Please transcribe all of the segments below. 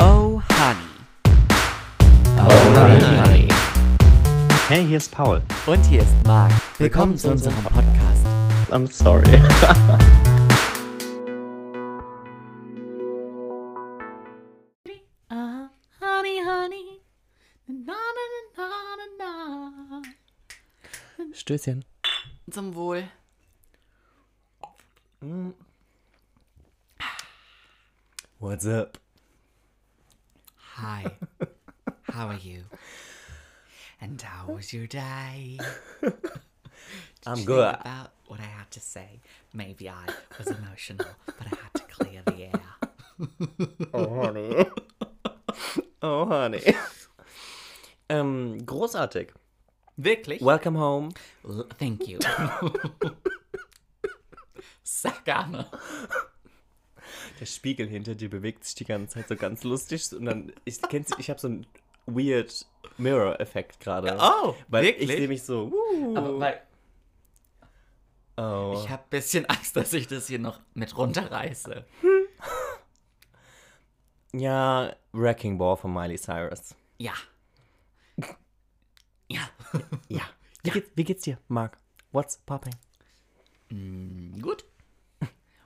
Oh, Honey. Oh, Alright, honey. Hey, hier ist Paul. Und hier ist Marc. Willkommen zu unserem Podcast. I'm sorry. Uh, honey, honey. Na, na, na, na, na, Stößchen. na. Zum Wohl. What's up? Hi. How are you? And how was your day? I'm Think good. About what I had to say. Maybe I was emotional, but I had to clear the air. Oh, honey. Oh, honey. Ähm, großartig. Wirklich? Welcome home. L- Thank you. Sehr gerne. Der Spiegel hinter dir bewegt sich die ganze Zeit so ganz lustig und dann ich kennst du- ich habe so einen weird Mirror Effekt gerade. Oh, weil wirklich? ich sehe mich so. wuh. Aber weil oh. ich habe ein bisschen Angst, dass ich das hier noch mit runterreiße. ja, Wrecking Ball von Miley Cyrus. Ja. Ja. Ja. Wie, Geht's, wie geht's dir, Mark? What's popping? Gut.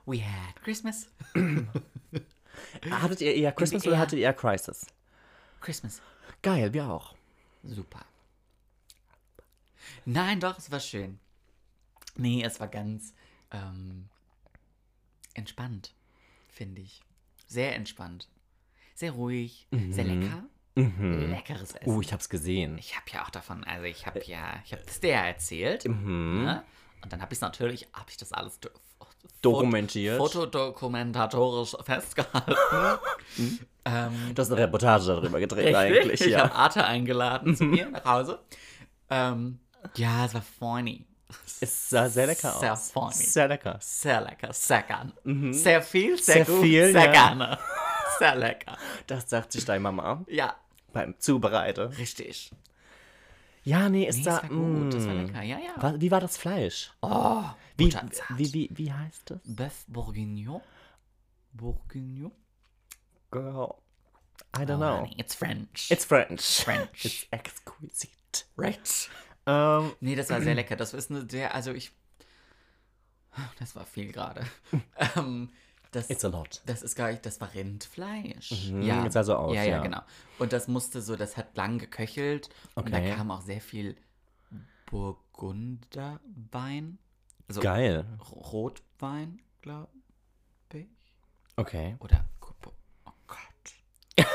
We had Christmas. Hattet ihr eher Christmas Ja. oder hattet ihr eher Crisis? Christmas. Geil, wir auch. Super. Nein, doch, es war schön. Nee, es war ganz ähm, entspannt, finde ich. Sehr entspannt. Sehr ruhig, sehr lecker. Leckeres Essen. Oh, ich hab's gesehen. Ich habe ja auch davon, also ich habe ja, äh, ich habe das dir ja erzählt. mhm. Ne? Und dann habe ich natürlich, habe ich das alles do- Dokumentiert. fotodokumentatorisch festgehalten. ähm, Du hast eine Reportage darüber gedreht Richtig, eigentlich, ich habe ja. Mhm. Arte eingeladen zu mir nach Hause. Ähm, ja, es war funny. Es sah sehr lecker Sehr aus. funny. Sehr lecker. Sehr lecker, sehr gerne. Sehr viel, sehr, Mhm. Sehr gut, viel, sehr ja. gerne. Sehr lecker. Das sagt sich deine Mama Ja, beim Zubereiten. richtig. Ja, nee, es Nee, sah... es war gut, es war mm. lecker, ja, ja. Wa- Wie war das Fleisch? Oh, Wie, butterzart. wie, wie, wie heißt das? Bœuf bourguignon. Bourguignon? Girl, Oh, I don't know. honey, it's French. It's French. French. It's exquisite. right. Ähm, Nee, das war sehr lecker. Das ist eine sehr, also ich. Das war viel gerade. ähm, das, It's a lot. das ist gar nicht, das war Rindfleisch. Mhm, das sah so aus, Ja, ja, ja. genau. Und das musste so, das hat lang geköchelt. Und Okay. da kam auch sehr viel Burgunderwein. Also Geil. R- Rotwein, glaube ich. Okay. Oder, oh Gott.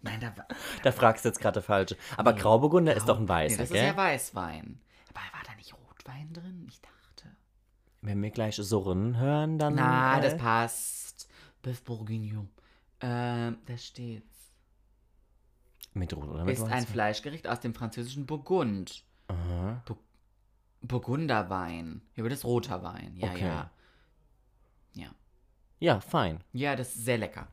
Nein, da war, Da fragst du jetzt gerade falsch. Aber Grauburgunder ist doch ein Nee, weißer, das ist gell? ja Weißwein. Aber war da nicht Rotwein drin? Ich dachte. Wenn wir gleich Surren hören, dann... Na, äh, das passt. Bœuf Bourguignon. Ähm, da steht's. Mit Rot oder mit Ist ein Weißwein? Fleischgericht aus dem französischen Burgund. Aha. Burgunderwein. Hier wird es roter Wein. Ja, Okay. ja. Ja. Ja, fein. Ja, das ist sehr lecker.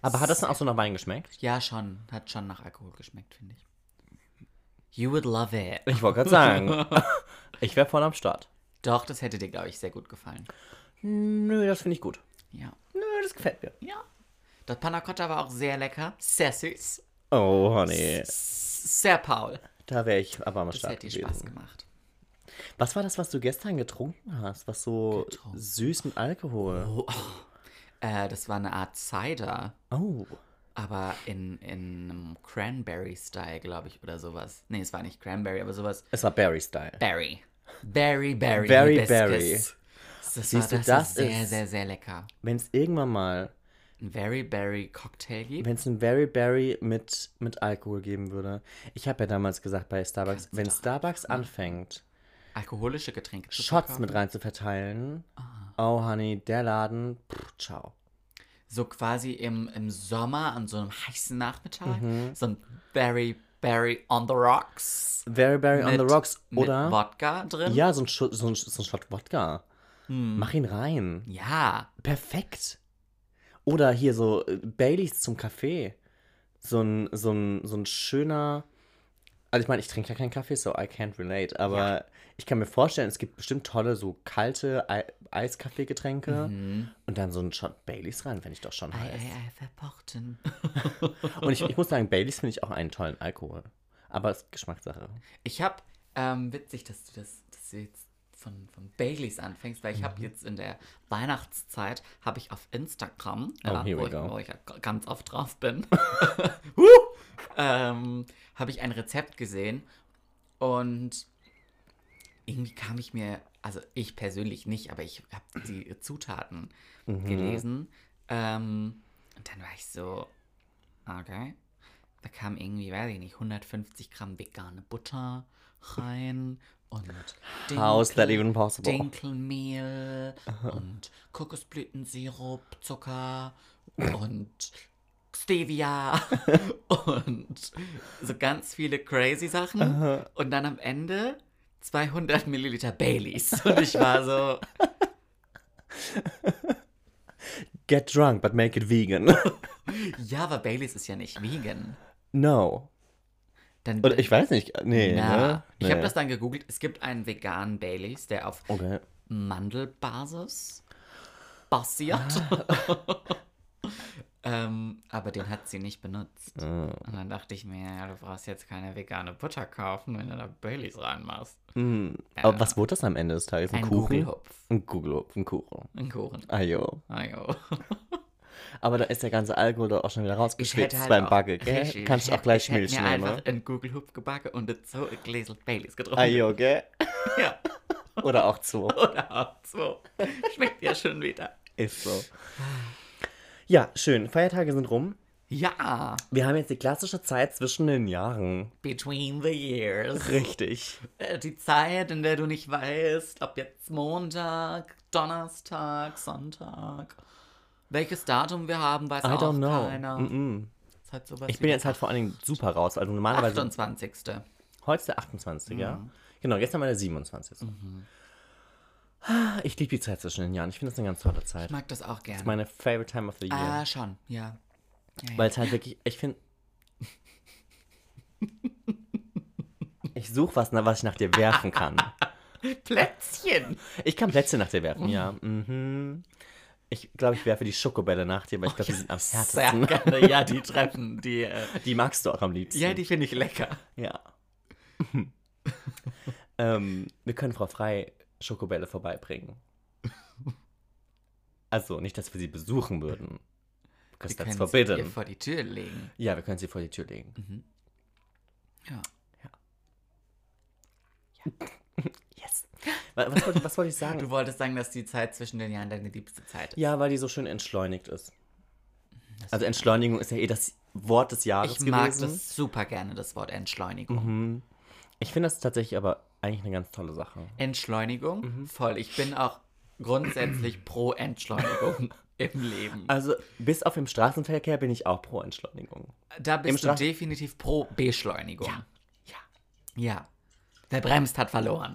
Aber hat das dann auch so nach Wein geschmeckt? Ja, schon. Hat schon nach Alkohol geschmeckt, finde ich. You would love it. Ich wollte gerade sagen. ich wäre voll am Start. Doch, das hätte dir, glaube ich, sehr gut gefallen. Nö, das finde ich gut. Ja. Nö, das gefällt mir. Ja. Das Panna Cotta war auch sehr lecker. Sehr süß. Oh, honey. Sehr Paul. Da wäre ich aber am Das Start hätte dir Spaß gewesen. gemacht. Was war das, was du gestern getrunken hast? Was so Getrunken. süß mit Alkohol? Äh, das war eine Art Cider, Oh. aber in, in einem Cranberry-Style, glaube ich, oder sowas. Nee, es war nicht Cranberry, aber sowas. Es war Berry-Style. Berry. Berry, Berry. Berry, Hibiskus. Berry. Das, war, Siehst du, das, das ist sehr, ist- sehr, sehr lecker. Wenn es irgendwann mal, Ein Berry, Berry Cocktail gibt. wenn es ein Berry-Berry mit, mit Alkohol geben würde. Ich habe ja damals gesagt bei Starbucks, wenn Starbucks anfängt, Alkoholische Getränke. ne? zu Shots verkaufen. Ah. mit rein zu verteilen, oh, honey, der Laden, pff, ciao. So quasi im, im Sommer an so einem heißen Nachmittag. Mhm. So ein Berry, Berry on the Rocks. Very Berry on Mit- the Rocks oder Mit Wodka drin. ja, so ein, Schu- so ein, so ein Shot Wodka. Hm. Mach ihn rein. Ja. Perfekt. Oder hier so äh, Baileys zum Kaffee. So ein, so ein, so ein schöner, Also ich meine, ich trinke ja keinen Kaffee, so I can't relate. Aber ich kann mir vorstellen, es gibt bestimmt tolle so kalte Ei- Eiskaffeegetränke Mhm. und dann so einen Shot Baileys rein, wenn ich doch schon Ei, heiß. ei, ei, verboten. Und ich, ich muss sagen, Baileys finde ich auch einen tollen Alkohol. Aber es ist Geschmackssache. Ich habe, ähm, witzig, dass du das dass du jetzt von, von Baileys anfängst, weil ich Mhm. habe jetzt in der Weihnachtszeit, habe ich auf Instagram, Oh, ja, here wo, we ich, go. wo ich ja g- ganz oft drauf bin, huh, ähm, habe ich ein Rezept gesehen und irgendwie kam ich mir, also ich persönlich nicht, aber ich habe die Zutaten gelesen ähm, und dann war ich so, okay, da kam irgendwie, weiß ich nicht, 150 Gramm vegane Butter rein und How's that Dinkel- even possible? Dinkelmehl und Kokosblütensirup, Zucker und Stevia und so ganz viele crazy Sachen und dann am Ende 200 Milliliter Baileys und ich war so, Get drunk, but make it vegan. ja, aber Baileys ist ja nicht vegan. no. Dann Oder ich weiß nicht. Nee, Na, ne? ich habe Nee. das dann gegoogelt. Es gibt einen veganen Baileys, der auf Okay. Mandelbasis basiert. ähm, aber den hat sie nicht benutzt. Äh. Und dann dachte ich mir, ja, du brauchst jetzt keine vegane Butter kaufen, wenn du da Baileys reinmachst. Aber was wurde das am Ende des Tages? Ein, Ein Kuchen? Google-Hopf. Ein Google-Hopf, ein Kuchen. Ein Kuchen. Ah, Ajo. Ajo. Aber da ist der ganze Alkohol doch auch schon wieder rausgeschwitzt beim Bagge, gell? halt richtig, Kannst auch gleich ich hätte Milch mir nehmen. ne? einfach einen Google-Hub gebacken und so ein Gläsel Baileys getrunken. Ajo, Ah, gell? Ja, Oder auch zu. oder auch so. Schmeckt ja schon wieder. Ist so. Ja, schön. Feiertage sind rum. Ja, Wir haben jetzt die klassische Zeit zwischen den Jahren. between the years. Richtig. Äh, Die Zeit, in der du nicht weißt, ob jetzt Montag, Donnerstag, Sonntag, welches Datum wir haben, weiß I auch don't know. keiner. Mm -mm. Ist halt sowas Ich bin wie jetzt halt vor allen Dingen super raus. Also der normalerweise 28. Heute ist der 28. Ja. Mhm. Genau, gestern war der 27. Ah, Ich liebe die Zeit zwischen den Jahren. Ich finde das eine ganz tolle Zeit. Ich mag das auch gerne. Meine favorite time of the year. ah, schon, ja. ja, ja. Weil es halt wirklich, ich finde. Ich suche was, na, was ich nach dir werfen kann. Plätzchen! Ich kann Plätze nach dir werfen, ja. Mhm. Ich glaube, ich werfe die Schokobälle nach dir, weil ich Oh, glaube, die sind am Sehr härtesten. gerne, ja, die treffen, die. Äh, Die magst du auch am liebsten. ja, die finde ich lecker. Ja. ähm, wir können Frau Frei Schokobälle vorbeibringen. Also, nicht, dass wir sie besuchen würden. Wir können Because that's sie forbidden. ihr vor die Tür legen. ja, wir können sie vor die Tür legen. Ja. Yes. Wa- Was wollte, was wollte ich sagen? Du wolltest sagen, dass die Zeit zwischen den Jahren deine liebste Zeit ist. Ja, weil die so schön entschleunigt ist. Also Entschleunigung ist ja eh das Wort des Jahres ich gewesen. Mhm. mag das super gerne, das Wort Entschleunigung. Ich finde das tatsächlich aber eigentlich eine ganz tolle Sache. Entschleunigung, voll. Ich bin auch grundsätzlich pro Entschleunigung im Leben. Also bis auf im Straßenverkehr bin ich auch pro Entschleunigung. Äh, Da im bist du Straß- definitiv pro Beschleunigung. Ja. ja. Wer bremst, hat verloren.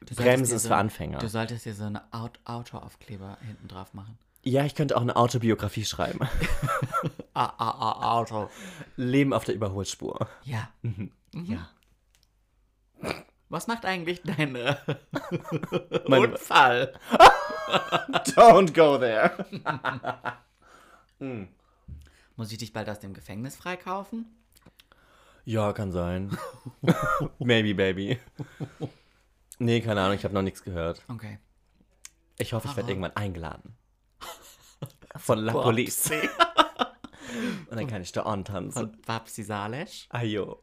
Du solltest Bremsen dir ist so- für Anfänger. Du solltest dir so einen Aut Autoaufkleber hinten drauf machen. Ja, ich könnte auch eine Autobiografie schreiben. Ah, ah, ah, Auto. Leben auf der Überholspur. Ja. Mhm. Ja. Was macht eigentlich dein äh, Mein- Unfall? Don't go there. Muss ich dich bald aus dem Gefängnis freikaufen? Ja, kann sein. Maybe, baby. Nee, keine Ahnung, ich habe noch nichts gehört. Okay. Ich hoffe, ich werde irgendwann eingeladen. Von La Police. Und dann kann ich da antanzen. Und Babsi Salesch? Ajo.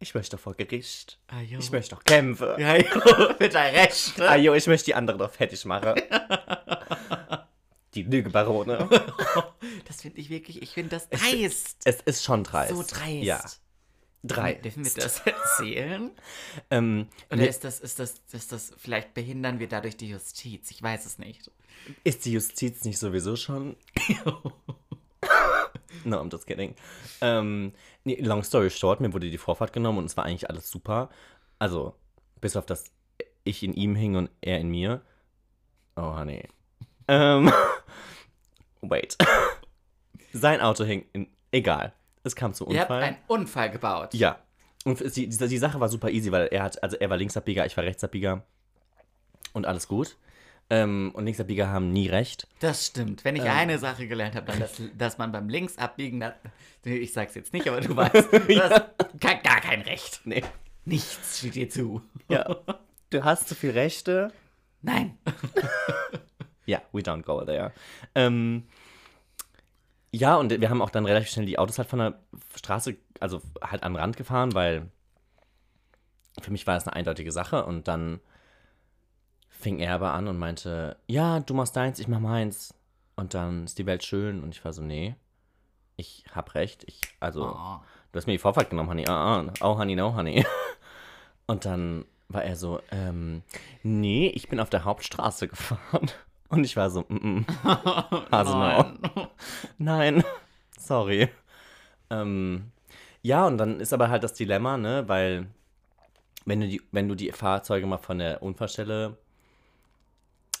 Ich möchte vor Gericht. Ah, jo. Ich möchte auch kämpfen. Ja, jo, mit der Rechte. Ajo, ich möchte die andere doch fertig machen. die Lügebarone. Das finde ich wirklich, ich finde das dreist. Es ist schon dreist. So dreist. Ja, dreist. Dürfen wir das erzählen? Ähm, Oder nee, ist das, ist das, ist das, vielleicht behindern wir dadurch die Justiz? Ich weiß es nicht. Ist die Justiz nicht sowieso schon? no, I'm just kidding. Ähm, nee, long story short, mir wurde die Vorfahrt genommen und es war eigentlich alles super. Also, bis auf das ich in ihm hing und er in mir. Oh, honey. Ähm, wait. Sein Auto hing in. Egal. Es kam zu Ihr habt Unfall. einen Unfall gebaut. Ja. Und es- die, die, die Sache war super easy, weil er hat, also er war Linksabbieger, ich war Rechtsabbieger und alles gut. Ähm, und Linksabbieger haben nie recht. Das stimmt. Wenn ich Ähm. eine Sache gelernt habe, dann, dass, dass man beim Linksabbiegen, da- ich sag's jetzt nicht, aber du weißt, du hast ke- gar kein Recht. Nee. Nichts steht dir zu. Ja. Du hast zu viel Rechte. Nein. Ja, we don't go there. Ähm, ja, und wir haben auch dann relativ schnell die Autos halt von der Straße, also halt an den Rand gefahren, weil für mich war das eine eindeutige Sache. Und dann fing er aber an und meinte, ja, du machst deins, ich mach meins. Und dann ist die Welt schön. Und ich war so, nee, ich hab recht. Ich, also, Oh. du hast mir die Vorfahrt genommen, Honey. Ah, ah. Oh, Honey, no, Honey. Und dann war er so, ähm, nee, ich bin auf der Hauptstraße gefahren. Und ich war so, mm, mm. Also nein. nein, sorry. Ähm, ja, und dann ist aber halt das Dilemma, ne, weil wenn du die, wenn du die Fahrzeuge mal von der Unfallstelle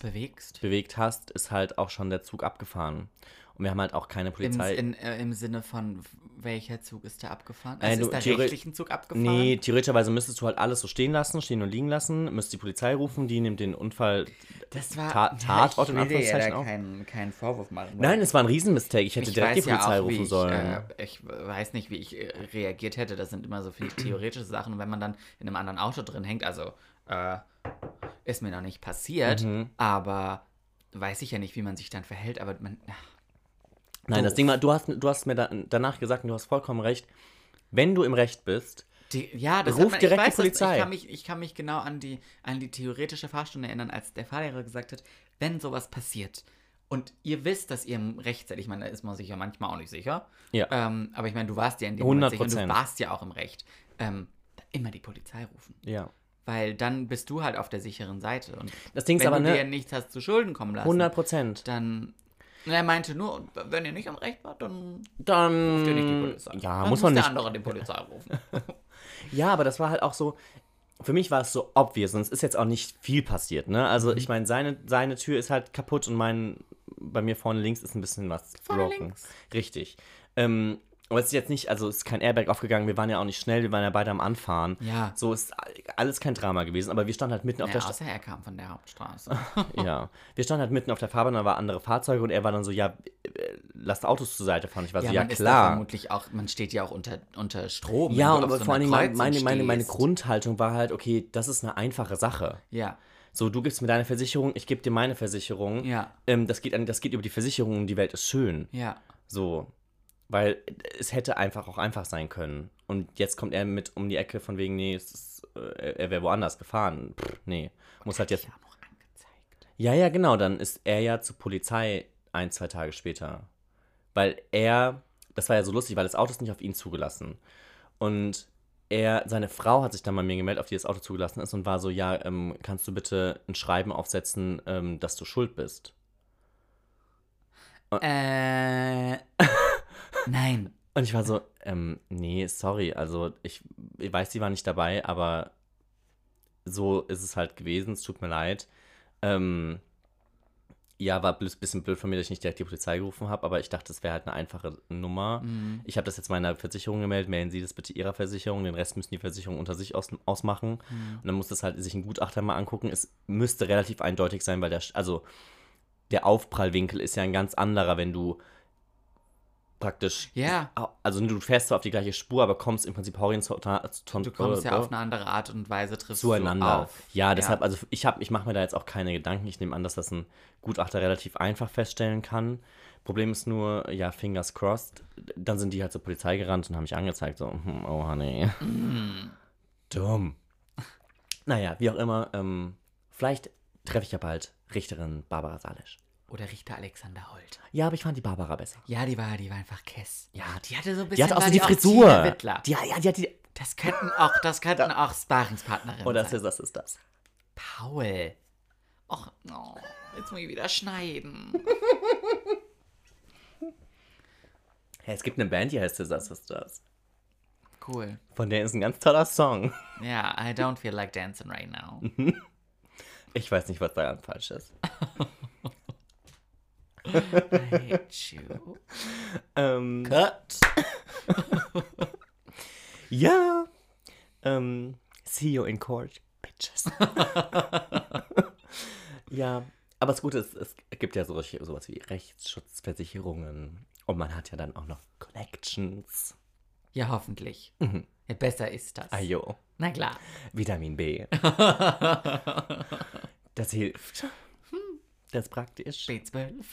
Bewegst. bewegt hast, ist halt auch schon der Zug abgefahren. Und wir haben halt auch keine Im, Polizei. in, äh, Im Sinne von, welcher Zug ist da abgefahren? Nein, Also du- ist der theore- rechtlichen Zug abgefahren? Nee, theoretischerweise müsstest du halt alles so stehen lassen, stehen und liegen lassen, müsstest die Polizei rufen, die nimmt den Unfall. das war Ta- Tatort ich in will dir ja Anführungszeichen da auch. keinen, keinen Vorwurf machen. Nein, es war ein Riesenmistake. Ich hätte direkt die Polizei wie rufen ich, sollen. Äh, ich weiß nicht, wie ich äh, reagiert hätte. Das sind immer so viele theoretische Sachen. Und wenn man dann in einem anderen Auto drin hängt, also äh, ist mir noch nicht passiert, Mhm. aber weiß ich ja nicht, wie man sich dann verhält. Aber man, ach, Nein, das doof. Ding war, du hast, du hast mir dann danach gesagt, und du hast vollkommen recht, wenn du im Recht bist, die, ja, das Ruf hat man, direkt ich die weiß, das- Polizei. Ich kann mich, ich kann mich genau an die, an die theoretische Fahrstunde erinnern, als der Fahrlehrer gesagt hat, wenn sowas passiert und ihr wisst, dass ihr im Recht seid, ich meine, da ist man sich ja manchmal auch nicht sicher, Ja. ähm, aber ich meine, du warst ja in dem Moment sicher und du 100%. warst ja auch im Recht, ähm, dann immer die Polizei rufen. ja. Weil dann bist du halt auf der sicheren Seite. Und Das Ding ist wenn aber, du ne- dir nichts hast zu Schulden kommen lassen, 100 Prozent. dann. Und er meinte nur, wenn ihr nicht am Recht wart, dann Dann. ruft ihr nicht die Polizei. Hm, Ja, dann muss man der nicht. andere die Polizei rufen. Ja, aber das war halt auch so. Für mich war es so obvious und es ist jetzt auch nicht viel passiert, ne? Also, Mhm. ich meine, seine, seine Tür ist halt kaputt und mein. Bei mir vorne links ist ein bisschen was Vorne broken. links. Richtig. Ähm, aber es ist jetzt nicht, also es ist kein Airbag aufgegangen, wir waren ja auch nicht schnell, wir waren ja beide am Anfahren. Ja. So ist alles kein Drama gewesen, aber wir standen halt mitten auf der ja, Straße. außer er kam von der Hauptstraße. Also Ja, wir standen halt mitten auf der Fahrbahn, da waren andere Fahrzeuge und er war dann so, ja, äh, lasst Autos zur Seite fahren. Ich war so, ja man ist da klar. vermutlich auch, man steht ja auch unter, unter Strom. Ja, wenn und du auf aber so vor allen einer Dingen meine, Kreuzung meine, meine, meine stehst. Grundhaltung war halt, okay, das ist eine einfache Sache. Ja, So, du gibst mir deine Versicherung, ich gebe dir meine Versicherung. Ja. Ähm, das, geht an, das geht über die Versicherung und die Welt ist schön. ja. So, weil es hätte einfach auch einfach sein können. Und jetzt kommt er mit um die Ecke von wegen, nee, es ist, äh, er wäre woanders gefahren. Pff, nee, muss halt jetzt Ja, noch angezeigt. Ja, ja, genau. Dann ist er ja zur Polizei ein, zwei Tage später. Weil er, das war ja so lustig, weil das Auto ist nicht auf ihn zugelassen. Und er, seine Frau hat sich dann bei mir gemeldet, auf die das Auto zugelassen ist und war so, ja, ähm, kannst du bitte ein Schreiben aufsetzen, ähm, dass du schuld bist? Äh. Nein. Und ich war so, ähm, nee, sorry, also ich, ich weiß, sie war nicht dabei, aber so ist es halt gewesen, es tut mir leid. Ähm, ja, war ein bisschen blöd von mir, dass ich nicht direkt die Polizei gerufen habe, aber ich dachte, es wäre halt eine einfache Nummer. Mhm. Mm, Ich habe das jetzt meiner Versicherung gemeldet, melden Sie das bitte Ihrer Versicherung, den Rest müssen die Versicherungen unter sich aus, ausmachen. mm. Und dann muss das halt sich ein Gutachter mal angucken. Es müsste relativ eindeutig sein, weil der, also der Aufprallwinkel ist ja ein ganz anderer, wenn du praktisch Ja. Au- Also du fährst zwar auf die gleiche Spur, aber kommst im Prinzip horizontal zum, Du kommst ja auf eine andere Art und Weise triffst zueinander. Du auf. Ja, deshalb, also ich habe, ich mache mir da jetzt auch keine Gedanken. Ich nehme an, dass das ein Gutachter relativ einfach feststellen kann. Problem ist nur, ja, fingers crossed. Dann sind die halt zur Polizei gerannt und haben mich angezeigt. So, hm, oh honey. Mm. Dumm. Naja, wie auch immer, ähm, vielleicht treffe ich ja bald Richterin Barbara Salisch. Oder Richter Alexander Holt. Ja, aber ich fand die Barbara besser. Ja, die war, die war einfach Kess. Ja, Die hatte so ein bisschen die hat auch war so die Tina Frisur. Wittler. Die, ja, die hat die. das könnten auch, das könnten auch Sparingspartnerinnen Oh, das sein. ist, das ist das. Paul. Och, oh, jetzt muss ich wieder schneiden. Hey, es gibt eine Band, die heißt Scissors Sisters. Cool. Von der ist ein ganz toller Song. Ja, I don't feel like dancing right now. Ich weiß nicht, was daran falsch ist. I hate you. Ähm, Cut. ja. Ähm, see you in court, bitches. ja, aber das Gute ist, es gibt ja solche, sowas wie Rechtsschutzversicherungen. Und man hat ja dann auch noch Collections. Ja, hoffentlich. Mhm. Ja, besser ist das. Ajo, Na klar. Vitamin B. das hilft. Das ist praktisch. B12.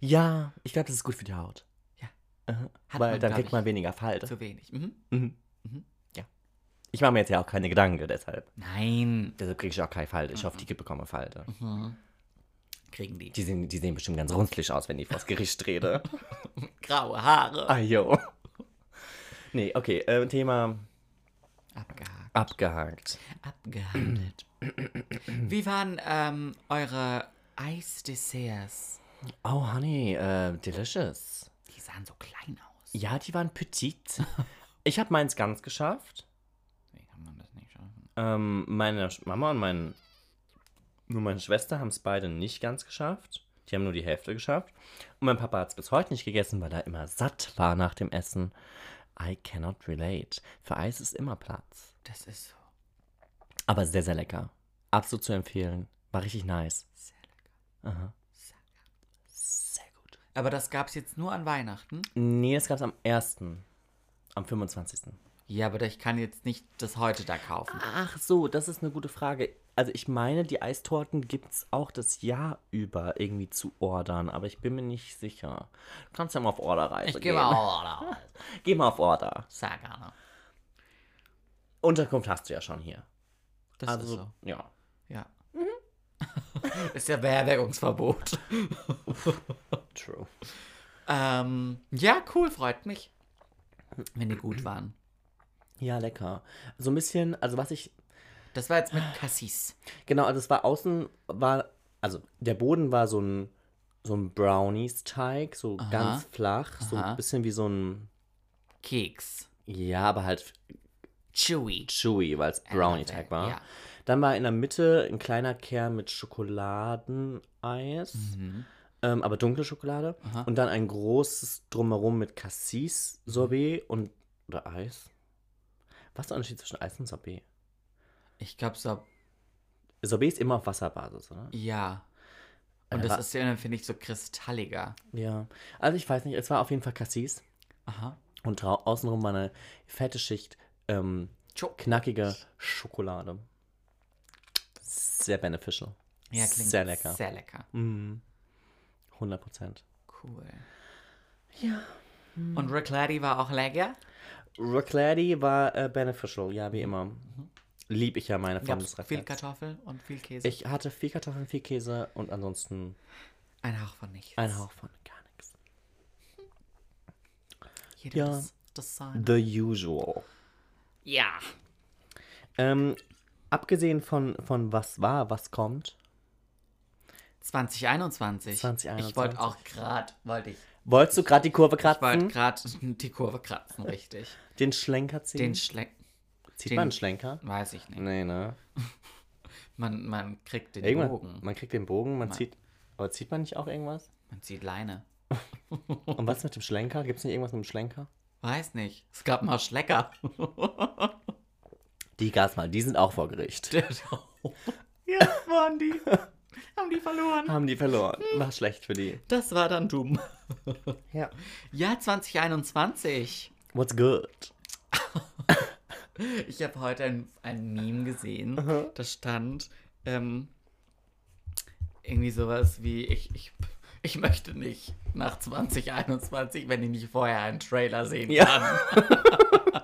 Ja, ich glaube, das ist gut für die Haut. Ja. Aha, Hat Weil man, dann glaub kriegt man ich. weniger Falte. Zu wenig. Mhm. Mhm. Ja. Ich mache mir jetzt ja auch keine Gedanken deshalb. Nein. Deshalb kriege ich auch keine Falte. Ich hoffe, die bekommen Falte. Kriegen die. Die sehen, die sehen bestimmt ganz runzlig aus, wenn ich vors Gericht rede. Graue Haare. ah, jo. Nee, okay, äh, Thema Abgehakt. abgehakt. Abgehandelt. Wie waren ähm, eure Eisdesserts? Oh, honey, äh, delicious. Die sahen so klein aus. Ja, die waren petit. Ich habe meins ganz geschafft. Wie kann man das nicht schaffen? Ähm, meine Sch- Mama und mein, nur meine Schwester haben es beide nicht ganz geschafft. Die haben nur die Hälfte geschafft. Und mein Papa hat es bis heute nicht gegessen, weil er immer satt war nach dem Essen. I cannot relate. Für Eis ist immer Platz. Das ist so Aber sehr, sehr lecker. Absolut zu empfehlen. War richtig nice. sehr lecker. Aha. Sehr lecker. Sehr gut. Aber das gab es jetzt nur an Weihnachten. Nee, das gab es am 1. Am 25. Ja, aber ich kann jetzt nicht das heute da kaufen. Ach so, das ist eine gute Frage. Also ich meine, die Eistorten gibt es auch das Jahr über irgendwie zu ordern, aber ich bin mir nicht sicher. Du kannst ja mal auf Orderreise ich gehen. gebe auch. Geh mal auf Order. Sehr gerne. Unterkunft hast du ja schon hier. Das Also, ist so. ja. Ja. ist ja Beherbergungsverbot. True. ähm, ja, cool, freut mich. Wenn die gut waren. Ja, lecker. So ein bisschen, also was ich, Das war jetzt mit Cassis. genau, also es war außen, war, also der Boden war so ein, so ein Brownies-Teig, so Aha. ganz flach, so Aha. ein bisschen wie so ein, Keks. ja, aber halt Chewy. chewy, weil es Brownie-Teig war. Ja. Dann war in der Mitte ein kleiner Kern mit Schokoladeneis, Mhm. ähm, aber dunkle Schokolade. Aha. Und dann ein großes Drumherum mit Cassis-Sorbet und. oder Eis? Was ist der Unterschied zwischen Eis und Sorbet? Ich glaube so, Sorbet ist immer auf Wasserbasis, oder? ja. Und Äh, das wa- ist ja, finde ich, so kristalliger. Ja. Also ich weiß nicht, es war auf jeden Fall Cassis. Aha. Und drau- außenrum war eine fette Schicht ähm, Tschu. knackige Schokolade. Sehr beneficial. Ja, klingt Sehr lecker. Sehr lecker. Mhm. 100 Prozent. Cool. Ja. Und Racletti war auch lecker. Raclette war äh, beneficial, ja, wie immer. Lieb ich ja meine Form Gab's des viel Raclettes. Kartoffel und viel Käse. Ich hatte viel Kartoffeln, viel Käse und ansonsten Ein Hauch von nichts. ein Hauch von gar nichts. Jeder Ja. Das, das sein. The usual. Ja. Ähm, abgesehen von, von was war, was kommt, 2021. 2021. Ich wollte auch gerade, wollte ich, wolltest du gerade die Kurve ich wollte kratzen? gerade die Kurve kratzen, richtig. den Schlenker ziehen? Den Schleck, Zieht den- man einen Schlenker? weiß ich nicht. Nee, ne? Man, man kriegt den Irgendwann, Bogen. Man kriegt den Bogen, man Nein. zieht. Aber zieht man nicht auch irgendwas? Man zieht Leine. Und was mit dem Schlenker? Gibt es nicht irgendwas mit dem Schlenker? Weiß nicht. Es gab mal Schlecker. Die Gas mal, die sind auch vor Gericht. Jetzt waren die. Haben die verloren. Haben die verloren. War schlecht für die. Das war dann dumm. Ja. Ja, 2021. What's good? Ich habe heute ein, ein Meme gesehen, da stand ähm, irgendwie sowas wie, ich, ich, ich möchte nicht nach 2021, wenn ich nicht vorher einen Trailer sehen Ja. kann.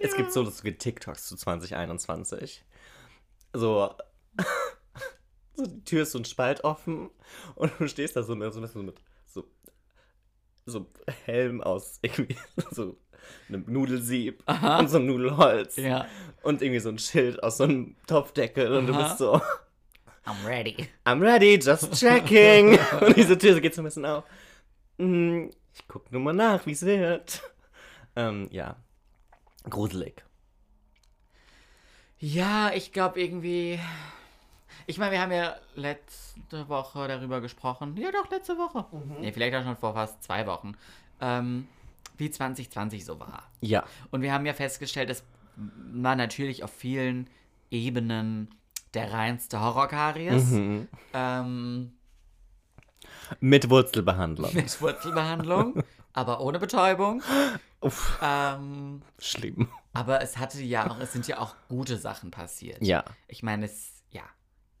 Es gibt so lustige TikToks zu 2021. So, so die Tür ist so ein Spalt offen und du stehst da so mit so, ein bisschen mit so, so Helm aus irgendwie so einem Nudelsieb und so einem Nudelholz Ja, und irgendwie so ein Schild aus so einem Topfdeckel und du Aha. bist so I'm ready. I'm ready, just checking. und diese Tür geht so ein bisschen auf. Mm, Ich guck nur mal nach, wie es wird. Ähm, ja. Gruselig. Ja, ich glaube irgendwie, ich meine, wir haben ja letzte Woche darüber gesprochen, ja doch, letzte Woche, nee, vielleicht auch schon vor fast zwei Wochen, ähm, wie 2020 so war. Ja. Und wir haben ja festgestellt, es war natürlich auf vielen Ebenen der reinste Horrorkaries. Mhm. Ähm, Mit Wurzelbehandlung. mit Wurzelbehandlung, aber ohne Betäubung. Uff, Ähm, schlimm. aber es hatte ja auch, es sind ja auch gute Sachen passiert. Ja. Ich meine, es, ja,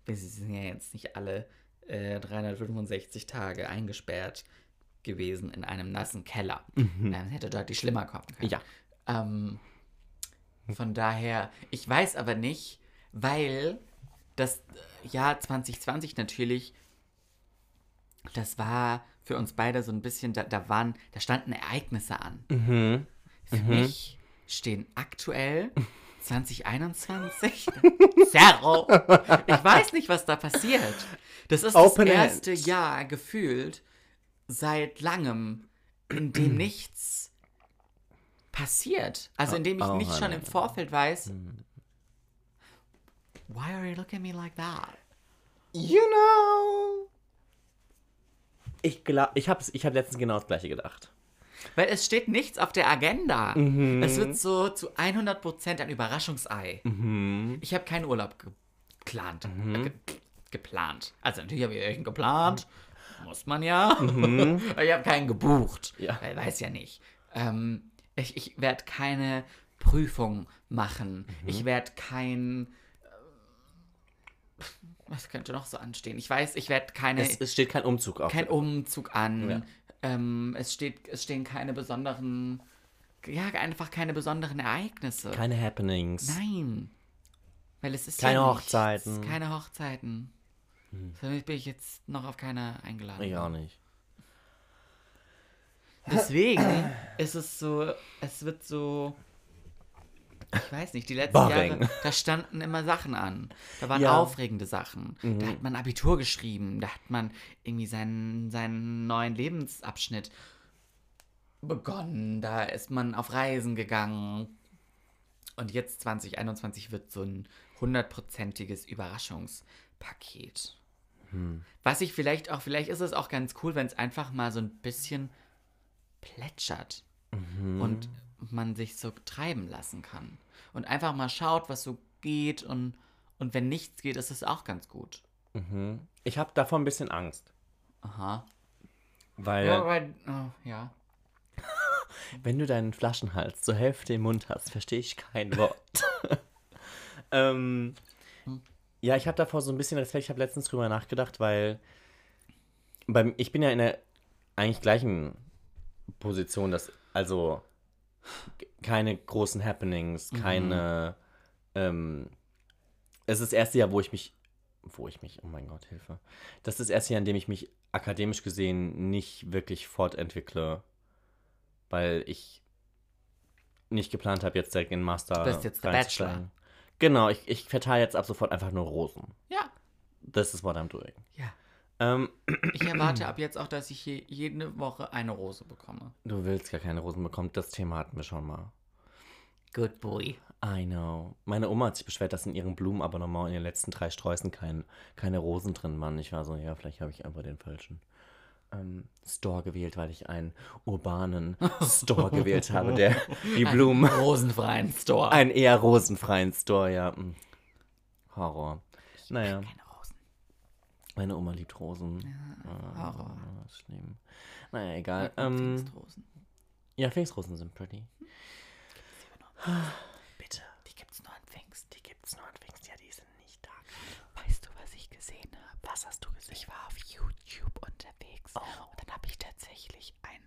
wir sind ja jetzt nicht alle äh, 365 Tage eingesperrt gewesen in einem nassen Keller. Dann hätte deutlich schlimmer kommen können. Ja. Ähm, von daher, ich weiß aber nicht, weil das äh, Jahr 2020 natürlich, das war für uns beide so ein bisschen, da, da waren, da standen Ereignisse an. Mhm. Für mich stehen aktuell 2021 Zero. Ich weiß nicht, was da passiert. Das ist Open das End. erste Jahr gefühlt seit langem, in Mhm. dem nichts passiert. Also in dem ich Oh, Mhm. nicht schon Hannah. im Vorfeld weiß. Why are you looking at me like that? You know. Ich glaube, ich habe ich hab letztens genau das gleiche gedacht. Weil es steht nichts auf der Agenda. Mhm. Es wird so zu 100% ein Überraschungsei. Mhm. Ich habe keinen Urlaub ge- geplant. Äh, ge geplant. Also natürlich habe ich welchen geplant. Muss man ja. Aber ich habe keinen gebucht. Mhm. Ja. Weil weiß ja nicht. Ähm, ich ich werde keine Prüfung machen. Mhm. Ich werde kein... äh, Was könnte noch so anstehen? Ich weiß, ich werde keine Es, es steht kein Umzug auf. kein Umzug an. Ja. Ähm, es, steht, es stehen keine besonderen, ja, einfach keine besonderen Ereignisse. keine Happenings. Nein. Weil es ist Keine ja Hochzeiten. Hm. Nichts, keine Hochzeiten. Für mich bin ich jetzt noch auf keine eingeladen. Ich auch nicht. Deswegen ist es so, es wird so, ich weiß nicht, die letzten Boring. Jahre, da standen immer Sachen an. Da waren Ja. aufregende Sachen. Da hat man Abitur geschrieben, da hat man irgendwie seinen, seinen neuen Lebensabschnitt begonnen, da ist man auf Reisen gegangen. Und jetzt 2021 wird so ein hundertprozentiges Überraschungspaket. Was ich vielleicht auch, vielleicht ist es auch ganz cool, wenn es einfach mal so ein bisschen plätschert und Mhm. man sich so treiben lassen kann. Und einfach mal schaut, was so geht und, und wenn nichts geht, ist es auch ganz gut. Mhm. Ich habe davor ein bisschen Angst. Aha. Weil, Ja, weil, oh, ja. wenn du deinen Flaschenhals zur Hälfte im Mund hast, verstehe ich kein Wort. ähm, ja, ich habe davor so ein bisschen Respekt. Ich habe letztens drüber nachgedacht, weil beim, ich bin ja in der eigentlich gleichen Position, dass also k- keine großen Happenings, keine. Ähm, es ist das erste Jahr, wo ich mich, wo ich mich, oh mein Gott, Hilfe. Das ist das erste Jahr, in dem ich mich akademisch gesehen nicht wirklich fortentwickle, weil ich nicht geplant habe, jetzt direkt in den Master. Du bist jetzt der reinzusteigen. Genau, ich, ich verteile jetzt ab sofort einfach nur Rosen. Ja. Das ist what I'm doing. Ja. Ähm, Ich erwarte ab jetzt auch, dass ich je, jede Woche eine Rose bekomme. du willst gar keine Rosen bekommen, das Thema hatten wir schon mal. Good boy. I know. Meine Oma hat sich beschwert, dass in ihrem Blumenabonnement in den letzten drei Sträußen kein, keine Rosen drin waren. Ich war so, ja, vielleicht habe ich einfach den falschen ähm, Store gewählt, weil ich einen urbanen Store gewählt habe, der die Blumen. Rosenfreien Store. Einen eher rosenfreien Store, ja. Mm. Horror. Naja, Keine Rosen. meine Oma liebt Rosen. Ah, Horror. schlimm. Naja, egal. Ähm, Rosen. ja, Pfingstrosen sind pretty. Bitte. Die gibt's nur an Pfingst. Die gibt's nur an Pfingst. Ja, die sind nicht da. Weißt du, was ich gesehen habe? Was hast du gesehen? Oh. Ich war auf YouTube unterwegs und dann habe ich tatsächlich ein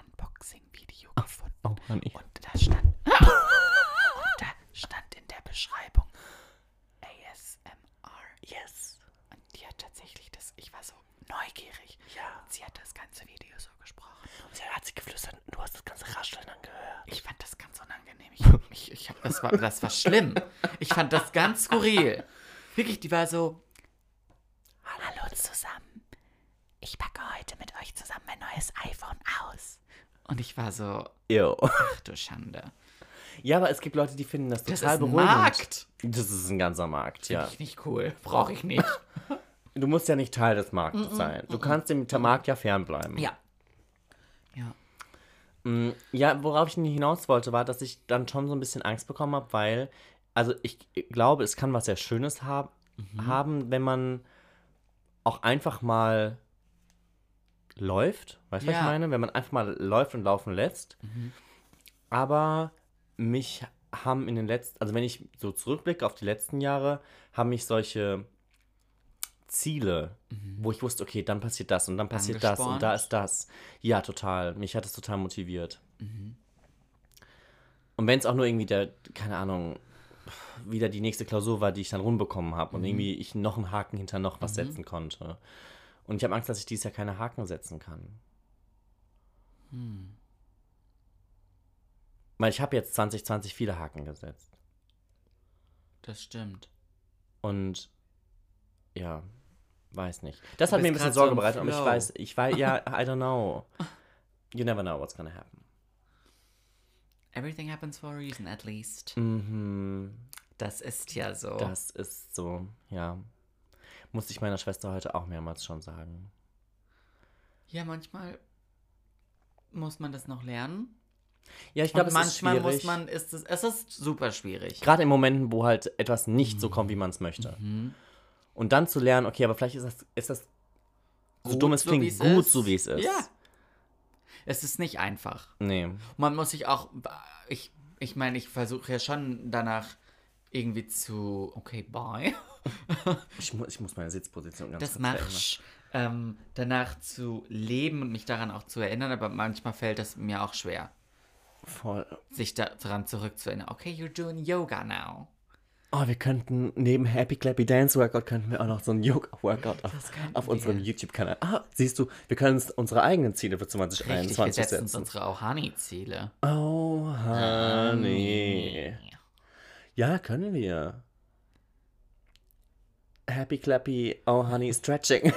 Unboxing-Video gefunden. Oh, Honey. Und da stand. und da stand in der Beschreibung ASMR. Yes. Und die hat tatsächlich das. Ich war so neugierig. Ja. Und sie hat das ganze Video so gesprochen. Sie hat sich geflüstert, du hast das ganze Rascheln angehört. Ich fand das ganz unangenehm. Ich, ich, ich hab, das, war, das war schlimm. Ich fand das ganz skurril. Wirklich, die war so. Hallo zusammen. Ich packe heute mit euch zusammen mein neues iPhone aus. Und ich war so, Ew. ach du Schande. Ja, aber es gibt Leute, die finden das Das total ist ein beruhigend. Markt. Das ist ein ganzer Markt, ja. Finde ich nicht cool. Brauche ich nicht. Du musst ja nicht Mm, Teil des Marktes sein. Du kannst dem Ta- Markt ja fernbleiben. ja. Ja. Mm, Ja, worauf ich nicht hinaus wollte, war, dass ich dann schon so ein bisschen Angst bekommen habe, weil, also ich glaube, es kann was sehr Schönes hab, Mhm. haben, wenn man auch einfach mal läuft. Weißt du, was Ja. Mhm. ich meine? Wenn man einfach mal läuft und laufen lässt. Aber mich haben in den letzten, also wenn ich so zurückblicke auf die letzten Jahre, haben mich solche Ziele, wo ich wusste, okay, dann passiert das und dann passiert das und da Angespornt. ist das. Ja, total. Mich hat es total motiviert. Und wenn es auch nur irgendwie der, keine Ahnung, wieder die nächste Klausur war, die ich dann rumbekommen habe und irgendwie ich noch einen Haken hinter noch was setzen konnte. Und ich habe Angst, dass ich dieses Jahr keine Haken setzen kann. Hm, Weil ich habe jetzt 2020 viele Haken gesetzt. Das stimmt. Und ja, weiß nicht. Das hat bist mir ein bisschen grad so Sorge im bereitet, aber ich Flow. weiß, ich weiß, ja, I don't know. You never know what's gonna happen. Everything happens for a reason, at least. Mhm. Das ist ja so. Das ist so, ja. Musste ich meiner Schwester heute auch mehrmals schon sagen. Ja, manchmal muss man das noch lernen. Ja, ich Und glaube, es ist manchmal schwierig. muss man, ist es, es ist super schwierig. Gerade in Momenten, wo halt etwas nicht Mhm. so kommt, wie man es möchte. Und dann zu lernen, okay, aber vielleicht ist das, ist das so Gut, dumm es so klingt, wie's gut ist. so wie es ist. Ja. Es ist nicht einfach. Nee. Man muss sich auch, ich, ich meine, ich versuche ja schon danach irgendwie zu, okay, bye, Ich, mu ich muss meine Sitzposition ganz das kurz verändern. machst, ähm, danach zu leben und mich daran auch zu erinnern, aber manchmal fällt das mir auch schwer, Voll. sich da- daran zurückzuerinnern. Okay, you're doing yoga now. Oh, wir könnten neben Happy Clappy Dance Workout könnten wir auch noch so einen Yoga Workout auf, könnten auf unserem wir. YouTube-Kanal. Ah, siehst du, wir können uns unsere eigenen Ziele für Richtig, wir 2021 setzen uns setzen. unsere Ohani-Ziele. Ähm, Oh, honey. Ja, können wir. Happy Clappy, oh honey, stretching.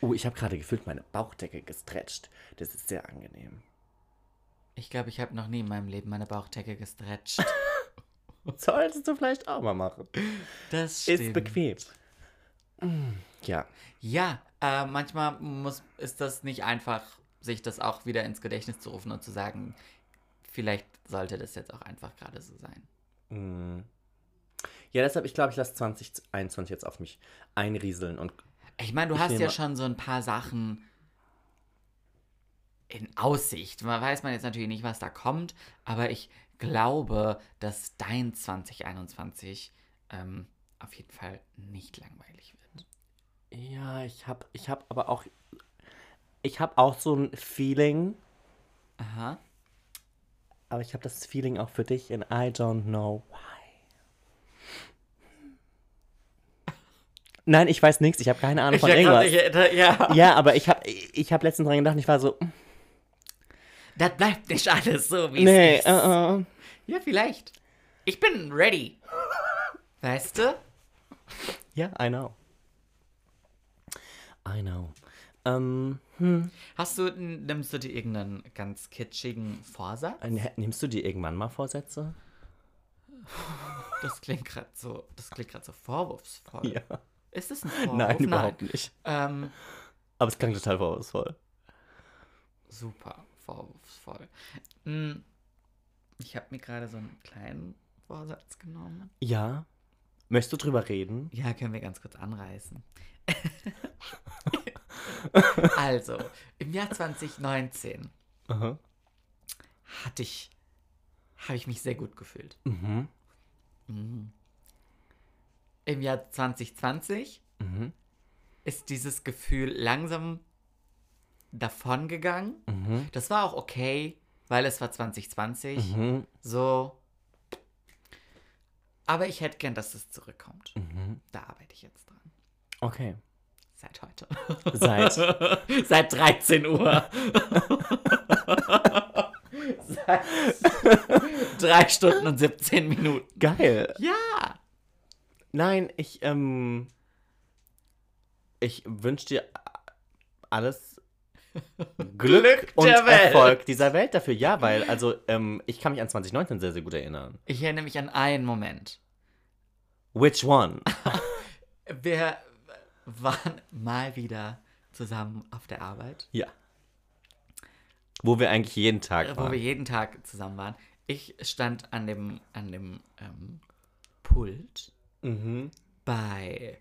oh, ich habe gerade gefühlt meine Bauchdecke gestretcht. Das ist sehr angenehm. Ich glaube, ich habe noch nie in meinem Leben meine Bauchdecke gestretcht. Solltest du vielleicht auch mal machen. Das stimmt. Ist bequem. Mm, Ja. Ja, äh, manchmal muss, ist das nicht einfach, sich das auch wieder ins Gedächtnis zu rufen und zu sagen, vielleicht sollte das jetzt auch einfach gerade so sein. Mm. Ja, deshalb, ich glaube, ich lasse 2021 jetzt auf mich einrieseln und Ich meine, du Ich hast nehme- ja schon so ein paar Sachen in Aussicht. Man weiß man jetzt natürlich nicht, was da kommt, aber ich glaube, dass dein 2021 ähm, auf jeden Fall nicht langweilig wird. Ja, ich hab, ich hab aber auch, ich hab auch so ein Feeling, Aha. aber ich hab das Feeling auch für dich in I don't know why. Nein, ich weiß nichts, ich habe keine Ahnung von irgendwas. ja. äh, Ja, aber ich hab, ich hab letztens dran gedacht, ich war so, Das bleibt nicht alles so, wie nee, es ist. äh, äh. Ja, vielleicht. Ich bin ready. Weißt du? ja, I know. I know. Ähm, Hast du, nimmst du dir irgendeinen ganz kitschigen Vorsatz? nimmst du dir irgendwann mal Vorsätze? Das klingt gerade so, das klingt gerade so vorwurfsvoll. Ja. Ist es ein Vorwurf? Nein, überhaupt nicht. Ähm, Aber es klang total vorwurfsvoll. super vorwurfsvoll. Hm, Ich habe mir gerade so einen kleinen Vorsatz genommen. Ja. Möchtest du drüber reden? Ja, können wir ganz kurz anreißen. also, im Jahr 2019 Aha. hatte ich, habe ich mich sehr gut gefühlt. Mhm. Im Jahr 2020 Mhm. ist dieses Gefühl langsam davongegangen. Mhm. Das war auch okay, weil es war 2020. Mhm. So. Aber ich hätte gern, dass es zurückkommt. Mhm. Da arbeite ich jetzt dran. Okay. Seit heute. Seit. Seit 13 Uhr. Seit 3 Stunden und 17 Minuten. Geil. Ja. Nein, ich, ähm. Ich wünsche dir alles Glück und der Welt. Erfolg dieser Welt dafür. Ja, weil, also, ähm, ich kann mich an 2019 sehr, sehr gut erinnern. Ich erinnere mich an einen Moment. Which one? Wir waren mal wieder zusammen auf der Arbeit Ja. wo wir eigentlich jeden Tag wo wir waren. jeden Tag zusammen waren. Ich stand an dem, an dem ähm, Pult Mhm. bei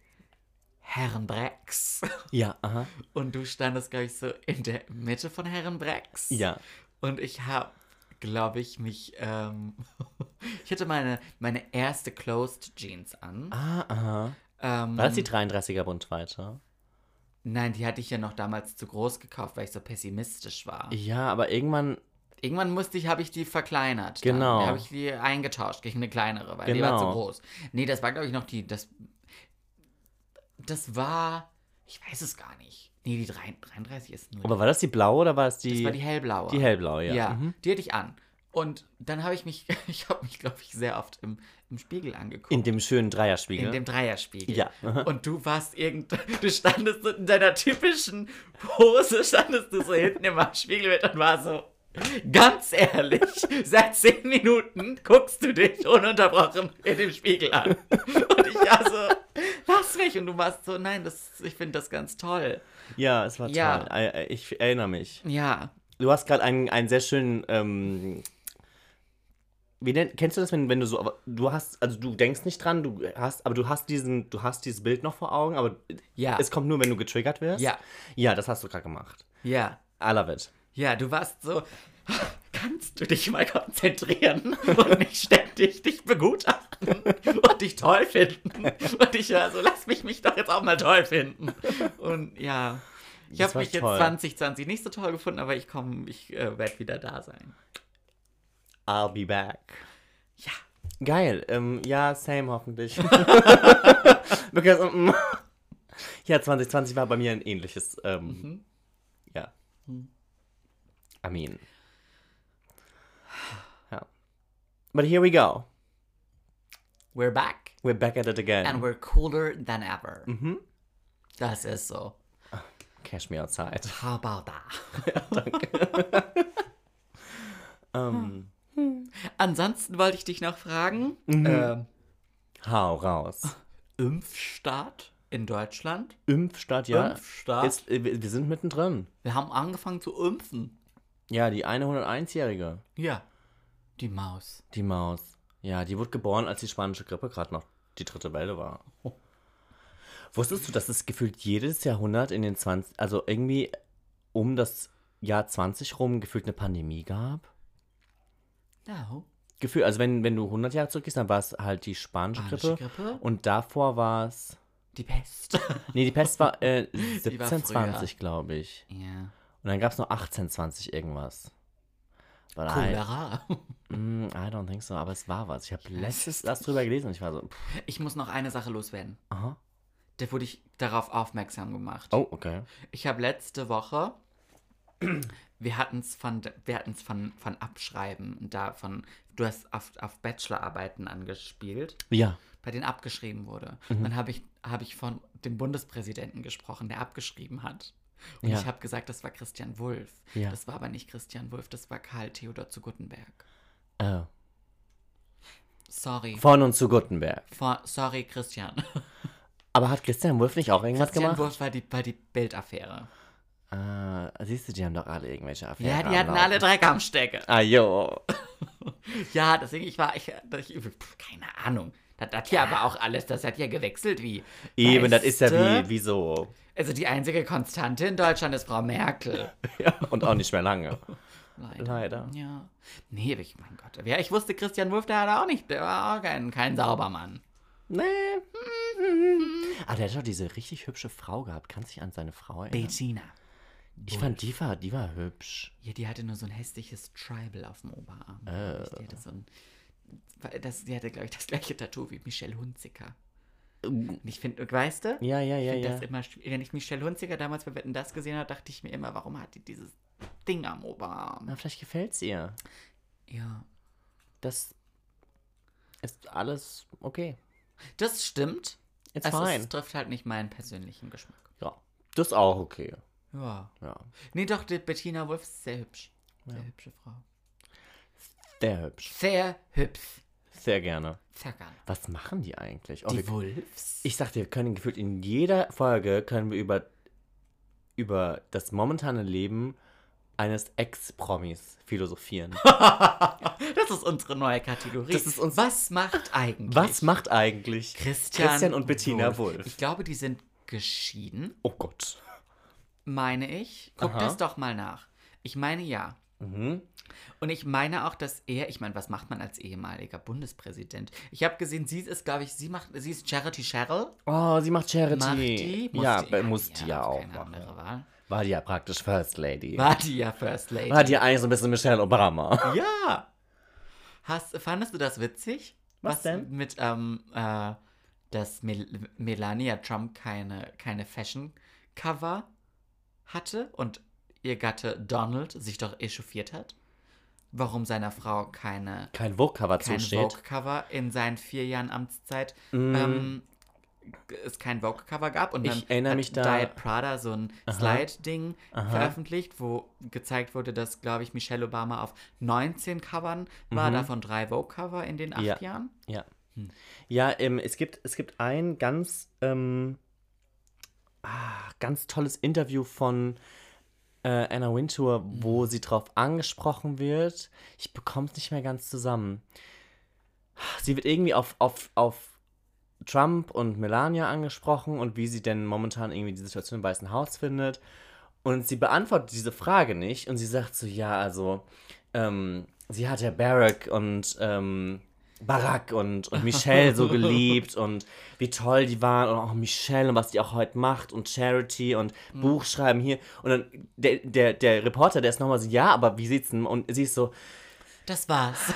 Herrn Brex. Ja, aha. Und du standest, glaube ich, so in der Mitte von Herrn Brex. Ja. Und ich habe, glaube ich, mich. Ähm, ich hatte meine, meine erste Closed Jeans an. Ah, aha. ähm, War das die 33er Bundweite? Nein, die hatte ich ja noch damals zu groß gekauft, weil ich so pessimistisch war. Ja, aber irgendwann, Irgendwann musste ich, habe ich die verkleinert. Dann. Genau. Da habe ich die eingetauscht gegen eine kleinere, weil die war zu Genau. groß. Nee, das war, glaube ich, noch die, das, das war, ich weiß es gar nicht. Nee, die 33 ist nur, aber war das die blaue oder war es die? das war die hellblaue. die hellblaue, ja. Ja, Mhm. die hatte ich an. Und dann habe ich mich, ich habe mich, glaube ich, sehr oft im, im Spiegel angeguckt. In dem schönen Dreierspiegel. In dem Dreierspiegel. Ja. Und du warst irgend, du standest so in deiner typischen Pose, standest du so hinten im Spiegel mit und war so, ganz ehrlich, seit zehn Minuten guckst du dich ununterbrochen in dem Spiegel an. Und ich war so, lass mich. Und du warst so, nein, das, ich finde das ganz toll. ja, es war Ja. toll. Ä- ä- Ich erinnere mich. Ja. Du hast gerade einen, einen sehr schönen. Ähm, wie nennt, kennst du das, wenn, wenn du so, aber du hast, also du denkst nicht dran, du hast, aber du hast diesen, du hast dieses Bild noch vor Augen, aber Ja. es kommt nur, wenn du getriggert wirst. Ja. Ja, das hast du gerade gemacht. Ja. I love it. Ja, du warst so, kannst du dich mal konzentrieren und nicht ständig dich begutachten und dich toll finden? Und ich war so, lass mich mich doch jetzt auch mal toll finden. Und ja, ich Das habe war mich toll. jetzt 2020 nicht so toll gefunden, aber ich komme, ich äh, werde wieder da sein. I'll be back. Ja. Geil. Ähm, ja, same hoffentlich. Because, mm, mm. ja, 2020 war bei mir ein ähnliches. Ähm, Ja. I mean. Ja. But here we go. We're back We're back at it again. and we're cooler than ever. Mhm. Das ist so. Cash me outside. How about that? Ähm, Ansonsten wollte ich dich noch fragen, ähm, hau raus. Impfstart in Deutschland? Impfstadt, ja. Impfstadt? Ist, äh, wir wir sind mittendrin. Wir haben angefangen zu impfen. Ja, die eine 101-Jährige. Ja. Die Maus. Die Maus. Ja, die wurde geboren, als die spanische Grippe gerade noch die dritte Welle war. Oh. Wusstest du, dass es gefühlt jedes Jahrhundert in den 20, also irgendwie um das Jahr 20 rum gefühlt eine Pandemie gab? No. Gefühl, also wenn, wenn du 100 Jahre zurückgehst, dann war es halt die spanische, Spanische Grippe. Grippe? Und davor war es, Die Pest. nee, die Pest war äh, war 1720, glaube ich. ja. Und dann gab es noch 1820 irgendwas. But I, Cholera. mm, I don't think so, aber es war was. Ich habe letztes das drüber gelesen und ich war so, pff, Ich muss noch eine Sache loswerden. aha. Da wurde ich darauf aufmerksam gemacht. Oh, okay. Ich habe letzte Woche, wir hatten es von, wir hatten's von, von Abschreiben und davon, du hast auf, auf Bachelorarbeiten angespielt. Ja. bei denen abgeschrieben wurde. Mhm. Dann habe ich, hab ich von dem Bundespräsidenten gesprochen, der abgeschrieben hat. Und Ja. ich habe gesagt, das war Christian Wulff. Ja. Das war aber nicht Christian Wulff, das war Karl Theodor zu Guttenberg. Oh. Sorry. Von und zu Gutenberg. Vor- sorry, Christian. Aber hat Christian Wolf nicht auch irgendwas Christian gemacht? Wulff war die, war die Bildaffäre. Ah, siehst du, die haben doch alle irgendwelche Affären. Ja, die am hatten Laufen. alle Dreck am Stecker. Ah, jo. Ja, deswegen, ich war, ich, ich pff, keine Ahnung. Das hat ja aber auch alles, das hat ja gewechselt wie. Eben, das ist ja Weißt wie, du? wie so. Also die einzige Konstante in Deutschland ist Frau Merkel. Ja, und auch nicht mehr lange. Leider. Leider. Ja. Nee, aber ich, mein Gott. Ja, ich wusste, Christian Wulff, der hat auch nicht, der war auch kein, kein Saubermann. Nee. Aber Ah, der hat doch diese richtig hübsche Frau gehabt. Kannst du dich an seine Frau erinnern? Bettina. Ich fand, die war, die war hübsch. Ja, die hatte nur so ein hässliches Tribal auf dem Oberarm. Oh. Die hatte so ein. Das, die hatte, glaube ich, das gleiche Tattoo wie Michelle Hunziker. Ähm. Und ich finde, weißt du? Ja, ja, Ich ja, find ja. das immer, schw- wenn ich Michelle Hunziker damals bei Wetten das gesehen habe, dachte ich mir immer, warum hat die dieses Ding am Oberarm? Na, vielleicht gefällt's ihr. Ja. Das ist alles okay. Das stimmt. It's Also, fine. es trifft halt nicht meinen persönlichen Geschmack. Ja. Das ist auch okay. Ja. Ja. Nee, doch, die Bettina Wolf ist sehr hübsch. Sehr hübsche Frau. Sehr hübsch. Sehr hübsch. Sehr gerne. Zackern. Was machen die eigentlich? Oh, wir- Die Wolfs? Ich sagte, wir können gefühlt in jeder Folge können wir über, über das momentane Leben eines Ex-Promis philosophieren. Das ist unsere neue Kategorie. Das ist uns- Was macht eigentlich Was macht eigentlich Christian, und Bettina Wulff? Ich glaube, die sind geschieden, Oh Gott. meine ich. Guck Aha. das doch mal nach. Ich meine ja. Mhm. Und ich meine auch, dass er, ich meine, was macht man als ehemaliger Bundespräsident? Ich habe gesehen, sie ist, glaube ich, sie macht, sie ist Charity Cheryl. Oh, sie macht Charity. Macht die? ja, die- be- muss die ja hat auch keine machen. andere Wahl. War die ja praktisch First Lady. War die ja First Lady. War die ja eigentlich so ein bisschen Michelle Obama. Ja. Hast, fandest du das witzig? Was denn? Mit, ähm, äh, dass Mel Melania Trump keine, keine Fashion-Cover hatte und ihr Gatte Donald sich doch echauffiert hat, warum seiner Frau keine, Kein Vogue-Cover kein zusteht. Vogue-Cover in seinen vier Jahren Amtszeit, Mm. ähm, g- es kein Vogue-Cover gab. Und Ich dann erinnere hat mich da- Diet Prada so ein Slide-Ding Aha. veröffentlicht, wo gezeigt wurde, dass, glaube ich, Michelle Obama auf 19 Covern war, Mhm. davon drei Vogue-Cover in den acht Ja. Jahren. Ja. Ja, ähm, es gibt, es gibt ein ganz, ähm, ah, ganz tolles Interview von äh, Anna Wintour, wo sie drauf angesprochen wird. Ich bekomme es nicht mehr ganz zusammen. Sie wird irgendwie auf, auf, auf Trump und Melania angesprochen und wie sie denn momentan irgendwie die Situation im Weißen Haus findet. Und sie beantwortet diese Frage nicht und sie sagt so, ja, also, ähm, sie hat ja Barack und ähm, Barack und, und Michelle so geliebt und wie toll die waren und auch Michelle und was die auch heute macht und Charity und Hm. Buchschreiben hier. Und dann der, der, der Reporter, der ist nochmal so, ja, aber wie sieht's denn? Und sie ist so, Das war's.